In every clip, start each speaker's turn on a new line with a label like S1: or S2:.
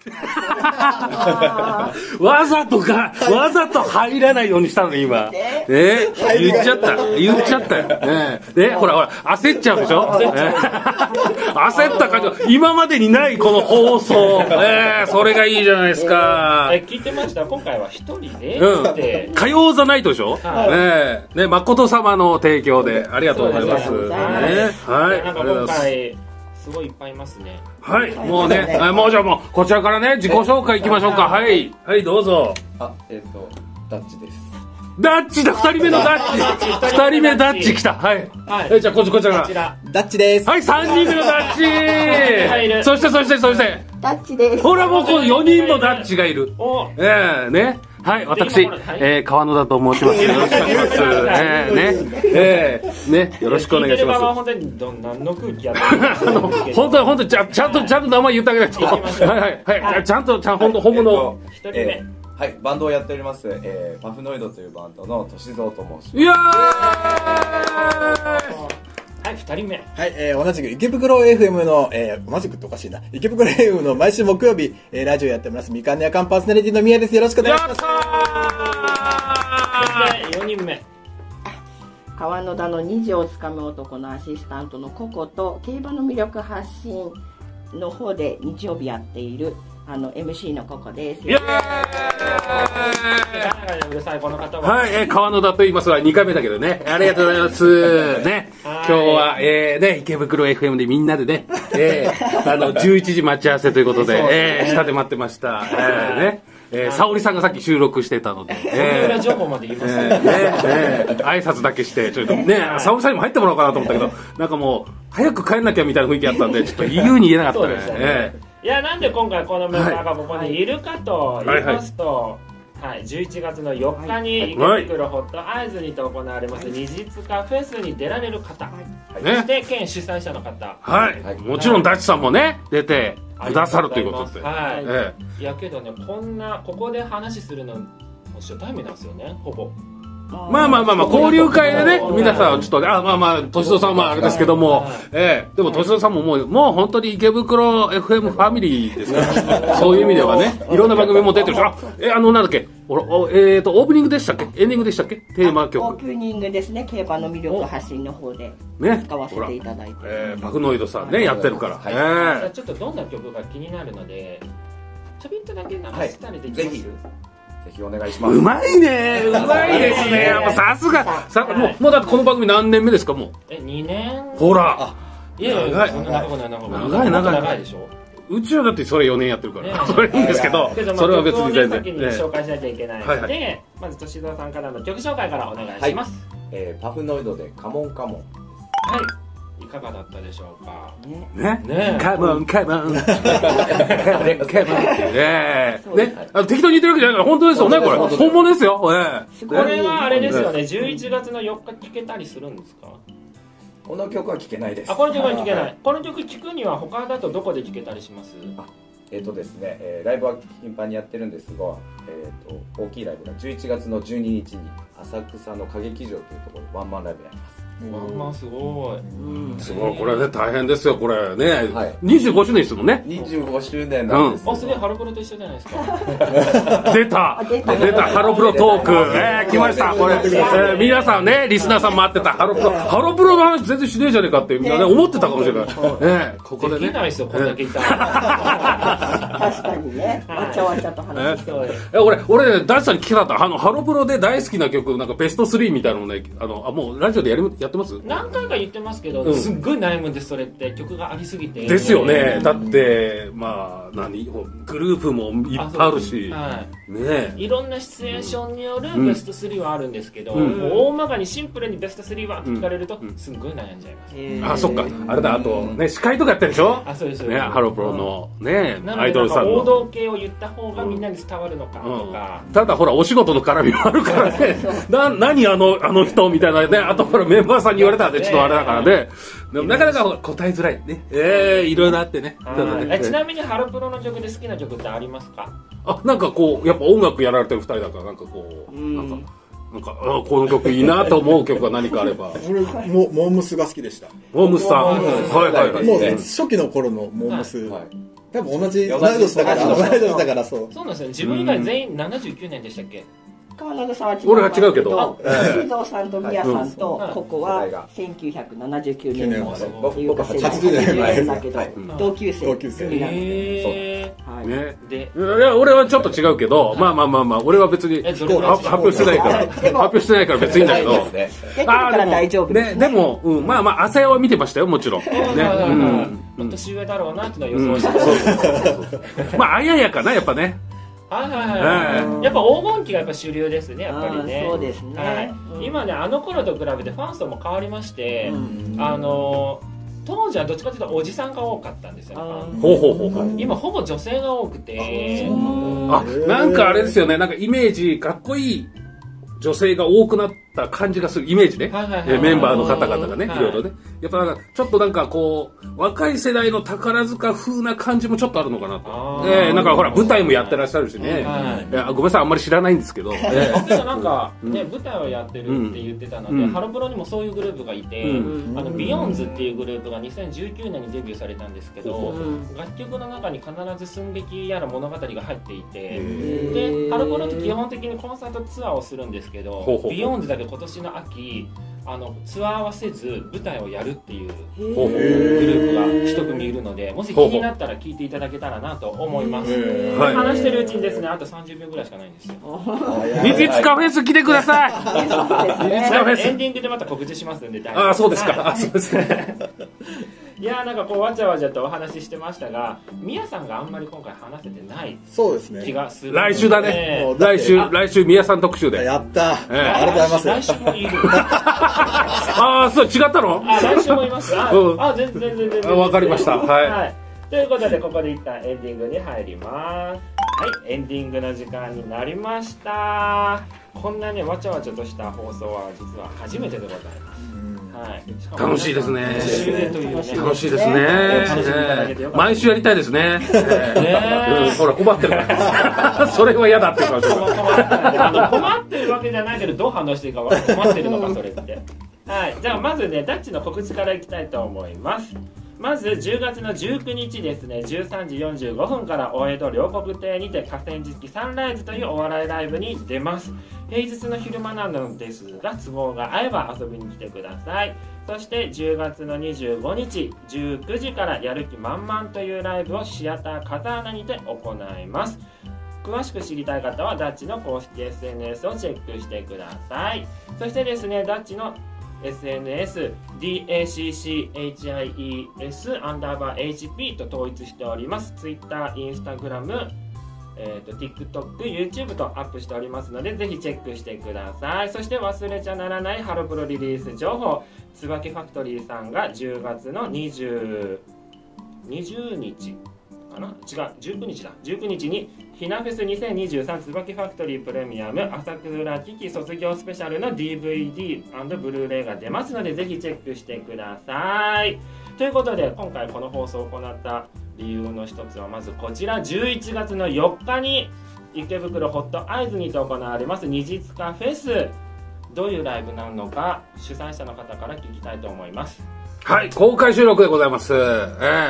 S1: わざとが、わざと入らないようにしたのに今。ね言っちゃった。言っちゃったよ。ねえ、ほらほら、焦っちゃうでしょね焦った感じ。今までにないこの放 送。ええそれがいいじゃないですか。
S2: え聞いてました今回は一人で
S1: うん
S2: って、
S1: 火曜ザナイトでしょ、
S2: はい
S1: ねえね誠様の提供でありがとうございます。
S2: そうです
S1: ねは
S2: ね
S1: い、あり
S2: な
S1: がと
S2: んか
S1: うござい
S2: 今
S1: ます。
S2: 回すごいいっぱいいますね
S1: はい、もうね、あもうじゃあもう、こちらからね、自己紹介いきましょうか。はい、はい、どうぞ。
S3: あ、えっ、と、ダッチです。
S1: ダッチだ、二人目のダッチ。二人目ダッチ来た。はい。
S2: はい
S1: えじゃあ、こっちこちら
S2: こ
S1: か
S2: ち
S1: ら。
S2: ら
S3: ダッチです。
S1: はい、三人目のダ
S2: がい
S1: ッチ。
S2: る
S1: そして、そして、そして、
S4: ダッチです。
S1: ほらもうこの四人のダッチがいる。
S2: お
S1: ええね。はい、私、
S2: はい
S1: えー、川野田と申します。よろしくお願いします。えー、ね。えー、ね。よろしくお願いし
S2: 聞てる側は
S1: ます。
S2: 本当にどんなんの空気やったの
S1: あの、本当に本当に、ちゃんちゃんと、ちゃんと名前言ってあげないと。
S2: 行きましょう
S1: はいはいはい。ちゃんと、ちゃん、本当本物。
S3: えっと
S2: 一人目
S3: えーはい、バンドをやっております、えー、パフノイドというバンドの歳三と申し
S1: い
S3: ま
S1: や
S2: はい二人目
S5: はい、えー同じく池袋 FM の、えー、同じくっておかしいな。池袋 FM の毎週木曜日、えーラジオやっております。みかんねやかんパーソナリティの宮です。よろしくお
S1: ーや
S5: 願い
S1: っ
S5: します。
S1: たー
S2: で四人目
S4: 川野田の虹をつかむ男のアシスタントのココと競馬の魅力発信の方で日曜日やっているあの MC のココです。
S1: イエーイ
S2: 誰がうるさいこの方は
S1: はい、えー、川野田と言いますが、2回目だけどね。ありがとうございます。ね。今
S2: はい
S1: 日は、えー、ね、池袋 FM でみんなでね、えー、あの、11時待ち合わせということで、えー、下で待ってました。えー、ね。えー、沙織さんがさっき収録してたので、
S2: 三
S1: え
S2: 浦
S1: ー、
S2: 情報まで言いま
S1: え
S2: す
S1: ーね、えー挨拶だけして、ちょっとね、沙織さんにも入ってもらおうかなと思ったけど、なんかもう、早く帰んなきゃみたいな雰囲気あったんで、ちょっと言うに言えなか
S2: そ
S1: っ
S2: う
S1: た
S2: でした
S1: ね。
S2: ね
S1: え
S2: いやなんで今回このメンバーがここにいるかと言いますとはい11月の4日に池
S1: はい
S2: 袋ホットアイズにて行われます二次塚フェスに出られる方
S1: ー
S2: そし
S1: ね。
S2: て県主催者の方
S1: はい、
S3: はい
S1: もちろんダッチさんもね、出てくださるということで。
S2: はい
S1: え
S2: いやけどねこんなここで話するのもう初対面なんですよねほぼ
S1: えまあまあまあまあ、交流会でね、皆さんちょっとね、あ、まあまあ、敏郎さんはあれですけども
S2: はい、
S1: ええ、でも敏郎さんももう、もう本当に池袋 FM ファミリーですから、そういう意味ではね、いろんな番組も出てるし、あ、え、あの、なんだっけ、おおえっと、オープニングでしたっけエンディングでしたっけテーマ
S4: オー
S1: 曲。
S4: プニングですね、競馬の魅力発信の方で
S1: ね。
S4: 使わせ
S1: ほら
S4: てい、ただいて。
S1: えーパフノイドさんね、やってるから。
S3: はい
S2: じゃあ
S1: え
S2: ちょっとどんな曲が気になるのでちょびっとだけ流したりできます、
S3: はいぜひす。ぜひお願いし
S1: え
S3: ます。
S1: うまいね、うまいですね。やっぱさすが、さもう、もうだってこの番組何年目ですか、もう。
S2: え2年
S1: ほら、
S2: いやい
S1: 長
S2: や
S1: い
S2: そんな長くない長くない
S1: 長い長い
S2: 長いでしょ
S1: うちはだってそれ4年やってるか
S2: ね
S1: ら、それいいんですけど、
S2: けどまあ
S1: それは別に全
S2: 曲を
S1: 然。
S2: ね
S1: え
S2: 先に紹介しなきゃいけないので、
S1: はいは
S2: まず敏郎さんからの曲紹介からお願いします
S3: えー、パフノイドでカモンカモン。
S2: はい、い、かがだったでしょうか
S4: ね
S1: えね
S2: ねえ
S1: カモンカモンカモンカモンええねあの適当に言ってるわけじゃないから本当ですよねこれ
S3: 本当です
S1: 本物ですよええ
S4: す
S2: こ
S4: ごい
S2: れはあれですよね11月の4日聴けたりするんですか
S3: この曲は聴けないです。
S2: あこの曲は聴けな
S3: はい
S2: この曲聴くには他だとどこで聴けたりします
S3: えっ、とですね、えー、ライブは頻繁にやってるんですが、えっ、と、大きいライブが11月の12日に浅草の歌劇場というところでワンマンライブやります。
S2: まあまあすごい
S1: すごいこれね大変ですよこれね
S3: はい
S1: 25周年ですもんね
S3: 25周年なんですよ、
S2: あすげえハロプロと一緒じゃないですか
S1: 出た
S4: 出た
S1: 出たハロプロトークええ来ましたこれええ皆さんねリスナーさん待ってたハロプロハロプロの話全然しねえじゃねえかってみんなね思ってたかもしれないええ ここで
S2: できない
S1: ね
S2: ですよ、こんだけいたら。
S4: 確かにね、
S2: はい
S4: わちゃわちゃと話しており
S1: え俺、俺ね、ダッシュさんに聞きたかった。あの、ハロプロで大好きな曲、なんかベスト3みたいなのね、あの、あ、もうラジオでやり、やってます
S2: 何回か言ってますけど、
S1: うん
S2: すっごい悩むんです、それって、曲がありすぎて。
S1: ですよね。だって、まあ、何グループもいっぱいあるし。
S2: は
S1: ねえ。
S2: い、いろんなシチュエーションによる
S1: ん
S2: ベスト3はあるんですけど、
S1: うん
S2: もう大まかにシンプルにベスト3はって聞かれると、すっごい悩んじゃいます。
S1: あ、そっか。あれだ、あと、ね、司会とかやってるでしょ
S2: あそうですそうで
S1: ね、
S2: す
S1: ハロプロの、ね
S2: なの
S1: アイ
S2: で
S1: ド
S2: なん
S1: ルさ
S2: か
S1: ん
S2: 王
S1: の。
S2: 道系を言った方がみんなに伝わるのかとか、
S1: ただほら、お仕事の絡みもあるから ね。な、何あの、あの人みたいなね。あとほら、メンバーさんに言われたんで、ちょっとあれだからね。でもなかなかほら答えづらいね。ええいろいろあってね。ただ
S2: はい
S1: ね
S2: えちなみにハロプロの曲で好きな曲ってありますか
S1: あなんかこうやっぱ音楽やられてる二人だからなんかこう、
S4: うん
S1: なんかなんかあこの曲いいなと思う曲が何かあれ ば
S5: 俺もモームスが好きでした
S1: モームスさん
S3: モームス
S1: はいはいはい
S5: もう
S1: うん
S5: 初期の頃のモームス
S3: はい
S5: 多分同じ同じ年だから
S3: 同
S5: 同
S3: じ年
S5: じ年だからそう
S2: そうなんですよ自分以外全員79年でしたっけ
S4: 川永さんは違う
S1: 俺は違うけど
S4: 修造さんと宮さん
S2: は
S4: と
S2: い
S4: ここ
S3: 世
S4: は
S3: 代が
S4: 1979年生まれ
S3: 僕
S4: っていう
S3: 僕
S4: か
S3: は
S4: 世代
S5: 80年生まれ
S4: 80だけ
S3: はい
S4: ど同級生
S5: 同級生
S4: になる
S2: え
S4: はい
S1: ね
S2: ー、で
S1: いや俺はちょっと違うけど、まあまあまあまあ俺は別に
S2: え
S1: 発
S2: どれぐらい
S1: 発表してないから
S4: はい
S1: 発表してないから別にいいんだけど
S3: そうですね
S4: 出てるから大丈夫
S1: でもねでも、うん、まあまあ朝は見てましたよもちろんね
S2: だから
S1: う
S2: まあ
S1: ん
S2: 年上だろうなってのは予
S1: う
S2: 想
S1: ん
S2: して
S1: そう
S2: た、
S1: そうそうそうまああややかなやっぱね
S2: はいはいはい、
S1: は
S2: やっぱ黄金期がやっぱ主流ですねやっぱりね
S4: あーそうですね
S2: はい
S4: うん
S2: 今ねあの頃と比べてファン層も変わりまして、
S4: うん
S2: あの当時はどっちかというとおじさんが多かったんですよねファン層
S1: ほうほうほうほう
S2: 今ほぼ女性が多くて
S1: あなんかあれですよねなんかイメージかっこいい女性が多くなった感じがするイメージね、
S2: はいはいはい
S1: えメンバーの方々がね、
S2: はい
S1: い、ろいろねやっぱなんかちょっとなんかこう若い世代の宝塚風な感じもちょっとあるのかな
S2: あ
S1: と、
S2: ー
S1: ええなんかほら舞台もやってらっしゃるしね、
S2: はい
S1: いやごめんなさいあんまり知らないんですけど、え え
S2: 僕がなんか、
S1: うん
S2: ね、舞台をやってるって言ってたので、
S1: うん
S2: ハロプロにもそういうグループがいて、
S1: う
S2: あのビヨンズっていうグループが2019年にデビューされたんですけど、
S4: うん
S2: 楽曲の中に必ず寸劇やら物語が入っていて、
S4: ー
S2: でハロプロって基本的にコンサートツアーをするんですけど、
S1: ほうほう
S2: ビヨンズだけ今年の秋あのツアーはせず舞台をやるっていう
S4: へー
S1: ほうほ
S2: グ
S1: う
S2: ループが一組いるのでもし気になったら聞いていただけたらなと思います、
S5: へー
S1: はい
S2: 話してるうちにですねあと30秒ぐらいしかないんですよ
S1: ミツツカフェス来てくだ さい
S4: そうですね
S1: 違うフェス
S2: エンディングでまた告知しますんで大丈夫
S1: ああそうですか、
S2: は
S1: あそうですか
S2: いいやーなんかこうわちゃわちゃとお話ししてましたがみやさんがあんまり今回話せてない
S5: そうです
S2: 気
S5: ね
S2: がする
S1: 来週だね
S5: もうだって
S1: 来週来週宮さん特集で
S5: やった
S1: ええ
S5: ありがとうござい
S2: 来
S5: ます
S2: 週もいる
S1: ああそう違ったの
S2: あ来週もいますあ、
S1: うん
S2: あ全然全然全
S1: あ
S2: 然
S1: わかりましたはい
S2: ということでここで一旦エンディングに入りますはいエンディングの時間になりましたこんなねわちゃわちゃとした放送は実は初めてでございます、はいしかも
S1: 楽しいですね
S2: なんか年上というね
S1: 楽しいですね、
S2: 楽しんでいただけてよかった
S1: 毎週やりたいですね、
S2: ね
S1: うんほら困ってるか らそれは嫌だって感じ
S2: あの困ってるわけじゃないけどどう反応していいか分かんない困ってるのかそれってはいじゃあまずねダッチの告知からいきたいと思いますまず10月の19日ですね13時45分から大江戸両国亭にて河川敷サンライズというお笑いライブに出ます平日の昼間なのですが都合が合えば遊びに来てくださいそして10月の25日19時からやる気満々というライブをシアター風穴にて行います詳しく知りたい方はダッチの公式 SNS をチェックしてくださいそしてですねダッチの SNSDACCHIES アンダーバー HP と統一しております Twitter、Instagram えー、と TikTok、YouTube とアップしておりますのでぜひチェックしてくださいそして忘れちゃならないハロプロリリース情報椿ファクトリーさんが10月の20 20日かな違う19日だ19日にひなフェス2023椿ファクトリープレミアム朝倉危機卒業スペシャルの DVD& ブルーレイが出ますのでぜひチェックしてくださいということで今回この放送を行った理由の一つはまずこちら11月の4日に池袋ホットアイズにて行われます二次つかフェスどういうライブなのか主催者の方から聞きたいと思います
S1: はい、公開収録でございます。え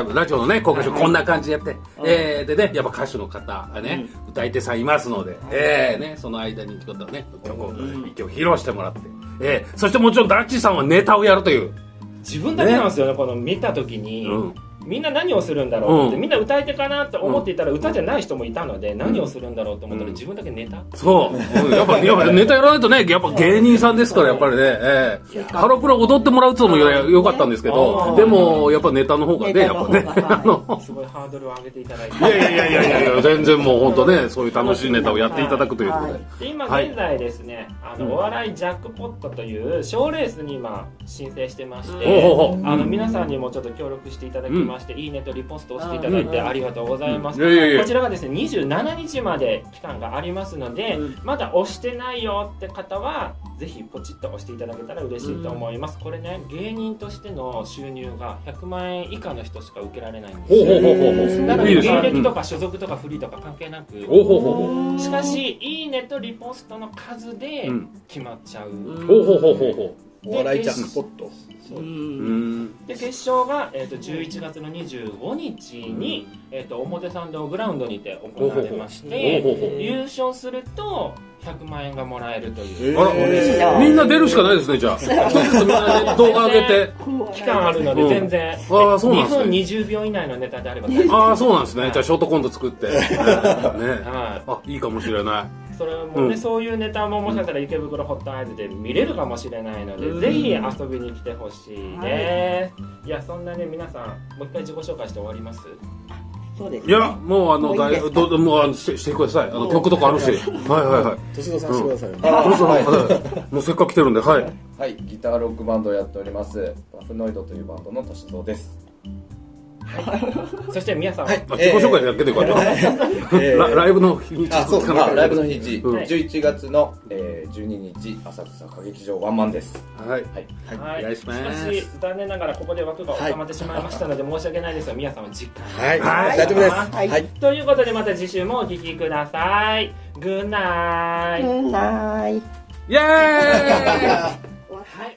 S1: ー、ラジオのね、公開収録、こんな感じでやって。えー、でね、やっぱ歌手の方がね、歌い手さんいますので、えー、ね、その間にちょっとね、曲を、一曲披露してもらって。えー、そしてもちろん、ダッチさんはネタをやるという。
S2: 自分だけなんですよねこの見た時に、
S1: うん
S2: みんな何をするんだろうって、
S1: うん
S2: みんな歌い手かなと思っていたら、歌じゃない人もいたので何をするんだろうと思ったら自分だけネタ、
S1: そう。うんやっぱ、やっぱネタやらないとね、やっぱ芸人さんですから、やっぱりね、えー、ハロプロ踊ってもらうっていうのもよよかったんですけ
S2: あ
S1: ど
S2: ー、
S1: でも、やっぱネタの方がね、
S4: ネ
S1: や
S4: タ
S1: っ
S4: の
S1: ぱ
S4: 方が
S1: ね、 あの、
S2: すごいハードルを上げていただいて
S1: いやいやいやいやいや、全然もう本当ね、そういう楽しいネタをやっていただくということで。
S2: で今
S1: はい
S2: 現在ですね、あのお笑いジャックポットという賞ーレースに今申請してまして、
S1: ほうほうほう
S2: あの皆さんにもちょっと協力していただきまして、いいねとリポストをしていただいて
S4: うん
S2: ありがとうございます、
S1: うんいやいやいや
S2: こちらがですね27日まで期間がありますので、まだ押してないよって方はぜひポチッと押していただけたら嬉しいと思います、これね芸人としての収入が100万円以下の人しか受けられないんです
S1: ほうほうほうほうほ
S2: なの
S1: う。いい
S2: で
S1: です
S2: 芸
S1: ね。う
S2: 歴
S1: ん
S2: とか所属とかフリーとか関係なく、
S1: ほうほうほうほ
S2: しかし「いいね」とリポストの数で
S1: うん
S2: 決まっちゃう、
S1: う。ほうほうほうほうほ
S5: お笑いジャックポット。
S2: そう
S1: う。うん。
S2: で決勝が、えー、と11月の25日に、えー、と表参道グラウンドにて行われまし
S1: ほう
S2: て
S1: ほうほう
S2: 優勝すると100万円がもらえるという
S1: あら
S5: えー
S1: みんな出るしかないですね、じゃあ。一人ずつみんな動画上げて。
S2: 期間あるので
S1: うん
S2: 全然、
S1: ああ、そうなん
S2: 2
S1: です
S2: 分
S1: ね。
S2: 20秒以内のネタであれば大丈
S1: ああ、そうなんですね。じゃあ、ショートコント作って。ね。
S2: 夫、は、
S1: あ、いいかもしれない
S2: それもね、
S1: うん
S2: そういうネタももしかしたら池袋ホットアイズで見れるかもしれないので、
S1: うん
S2: ぜひ遊びに来てほしいです、い、やそんなね皆さんもう一回自己紹介して終わります
S4: そうです
S1: い。いや、もう、あの、
S4: もういいで
S1: 大
S4: すか
S1: どどもう、あの、してしてください。あの、曲とかあるし。はいはいはい。
S5: 敏郎さんしてくださいよ。
S1: どうぞはいもうせっかく来てるんで、はい。
S3: はい、ギターロックバンドをやっております。バフノイドというバンドの敏郎です。
S2: そして皆さ
S1: あ
S2: ん、
S1: 自己紹介だけでこれ。
S5: えー
S1: ラライブの日にち
S5: あそう
S1: 聞かな
S3: ま
S1: き
S3: あ、
S1: ゃ
S3: ライブの日時、
S1: うん
S3: 11月の、えー12日、浅草歌劇場ワンマンです。
S1: はい。
S2: は
S1: お願いします
S2: かし残念ながらここで枠が収まってしまいましたので、申し訳ないですが皆さんは実感
S5: はい、
S1: はい
S5: 大丈夫です。は、
S4: はいい
S2: ということでまた次週もお聞きくださいグッナイ
S4: ない。
S1: イエーイ
S2: はい